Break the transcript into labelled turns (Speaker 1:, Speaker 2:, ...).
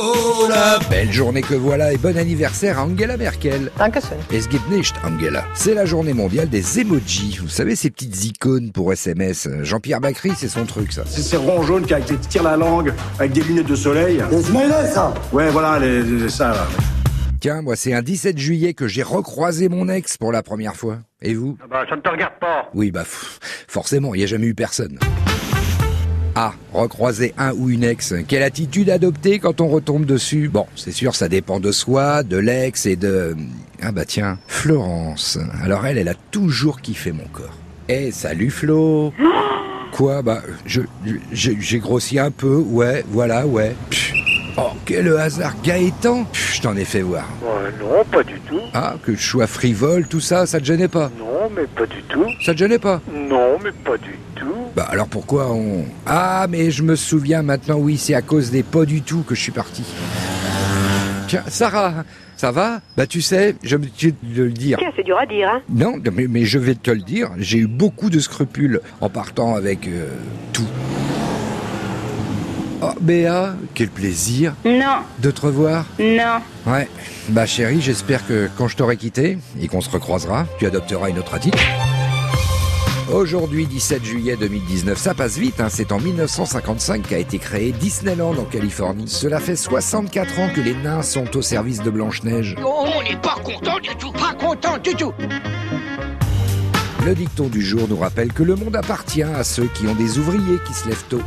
Speaker 1: Corona. Belle journée que voilà et bon anniversaire à Angela Merkel.
Speaker 2: Dankeschön.
Speaker 1: Es gibt nicht, Angela. C'est la journée mondiale des emojis. Vous savez, ces petites icônes pour SMS. Jean-Pierre Bacry, c'est son truc, ça.
Speaker 3: C'est ces ronds jaunes qui, avec- qui tirent la langue, avec des lunettes de soleil.
Speaker 4: Des Smileys, ça
Speaker 3: Ouais, voilà, les, les- ça. là.
Speaker 1: Tiens, moi, c'est un 17 juillet que j'ai recroisé mon ex pour la première fois. Et vous
Speaker 5: Ah Bah, ça ne te regarde pas.
Speaker 1: Oui, bah, pff, forcément, il n'y a jamais eu personne. Ah, recroiser un ou une ex. Quelle attitude adopter quand on retombe dessus Bon, c'est sûr, ça dépend de soi, de l'ex et de... Ah bah tiens, Florence. Alors elle, elle a toujours kiffé mon corps. Eh, salut Flo Quoi Bah, je, je- j'ai grossi un peu, ouais, voilà, ouais. Pff, Oh, quel hasard Gaëtan Pff, Je t'en ai fait voir.
Speaker 5: Ouais, non, pas du tout.
Speaker 1: Ah, que je sois frivole, tout ça, ça te gênait pas
Speaker 5: Non, mais pas du tout.
Speaker 1: Ça te gênait pas
Speaker 5: Non, mais pas du tout.
Speaker 1: Bah alors pourquoi on... Ah mais je me souviens maintenant, oui, c'est à cause des pas du tout que je suis parti. Tiens, Sarah, ça va Bah tu sais, je me suis de le dire.
Speaker 2: Tiens, c'est dur à dire, hein.
Speaker 1: Non, mais, mais je vais te le dire, j'ai eu beaucoup de scrupules en partant avec euh, tout. Oh Béa, quel plaisir
Speaker 6: Non,
Speaker 1: de te revoir.
Speaker 6: non.
Speaker 1: Ouais, bah chérie, j'espère que quand je t'aurai quitté et qu'on se recroisera, tu adopteras une autre attitude. Aujourd'hui, 17 juillet 2019, ça passe vite, hein, c'est en 1955 qu'a été créé Disneyland en Californie. Cela fait 64 ans que les nains sont au service de Blanche-Neige.
Speaker 7: Oh, On n'est pas content du tout, pas content du tout.
Speaker 1: Le dicton du jour nous rappelle que le monde appartient à ceux qui ont des ouvriers qui se lèvent tôt.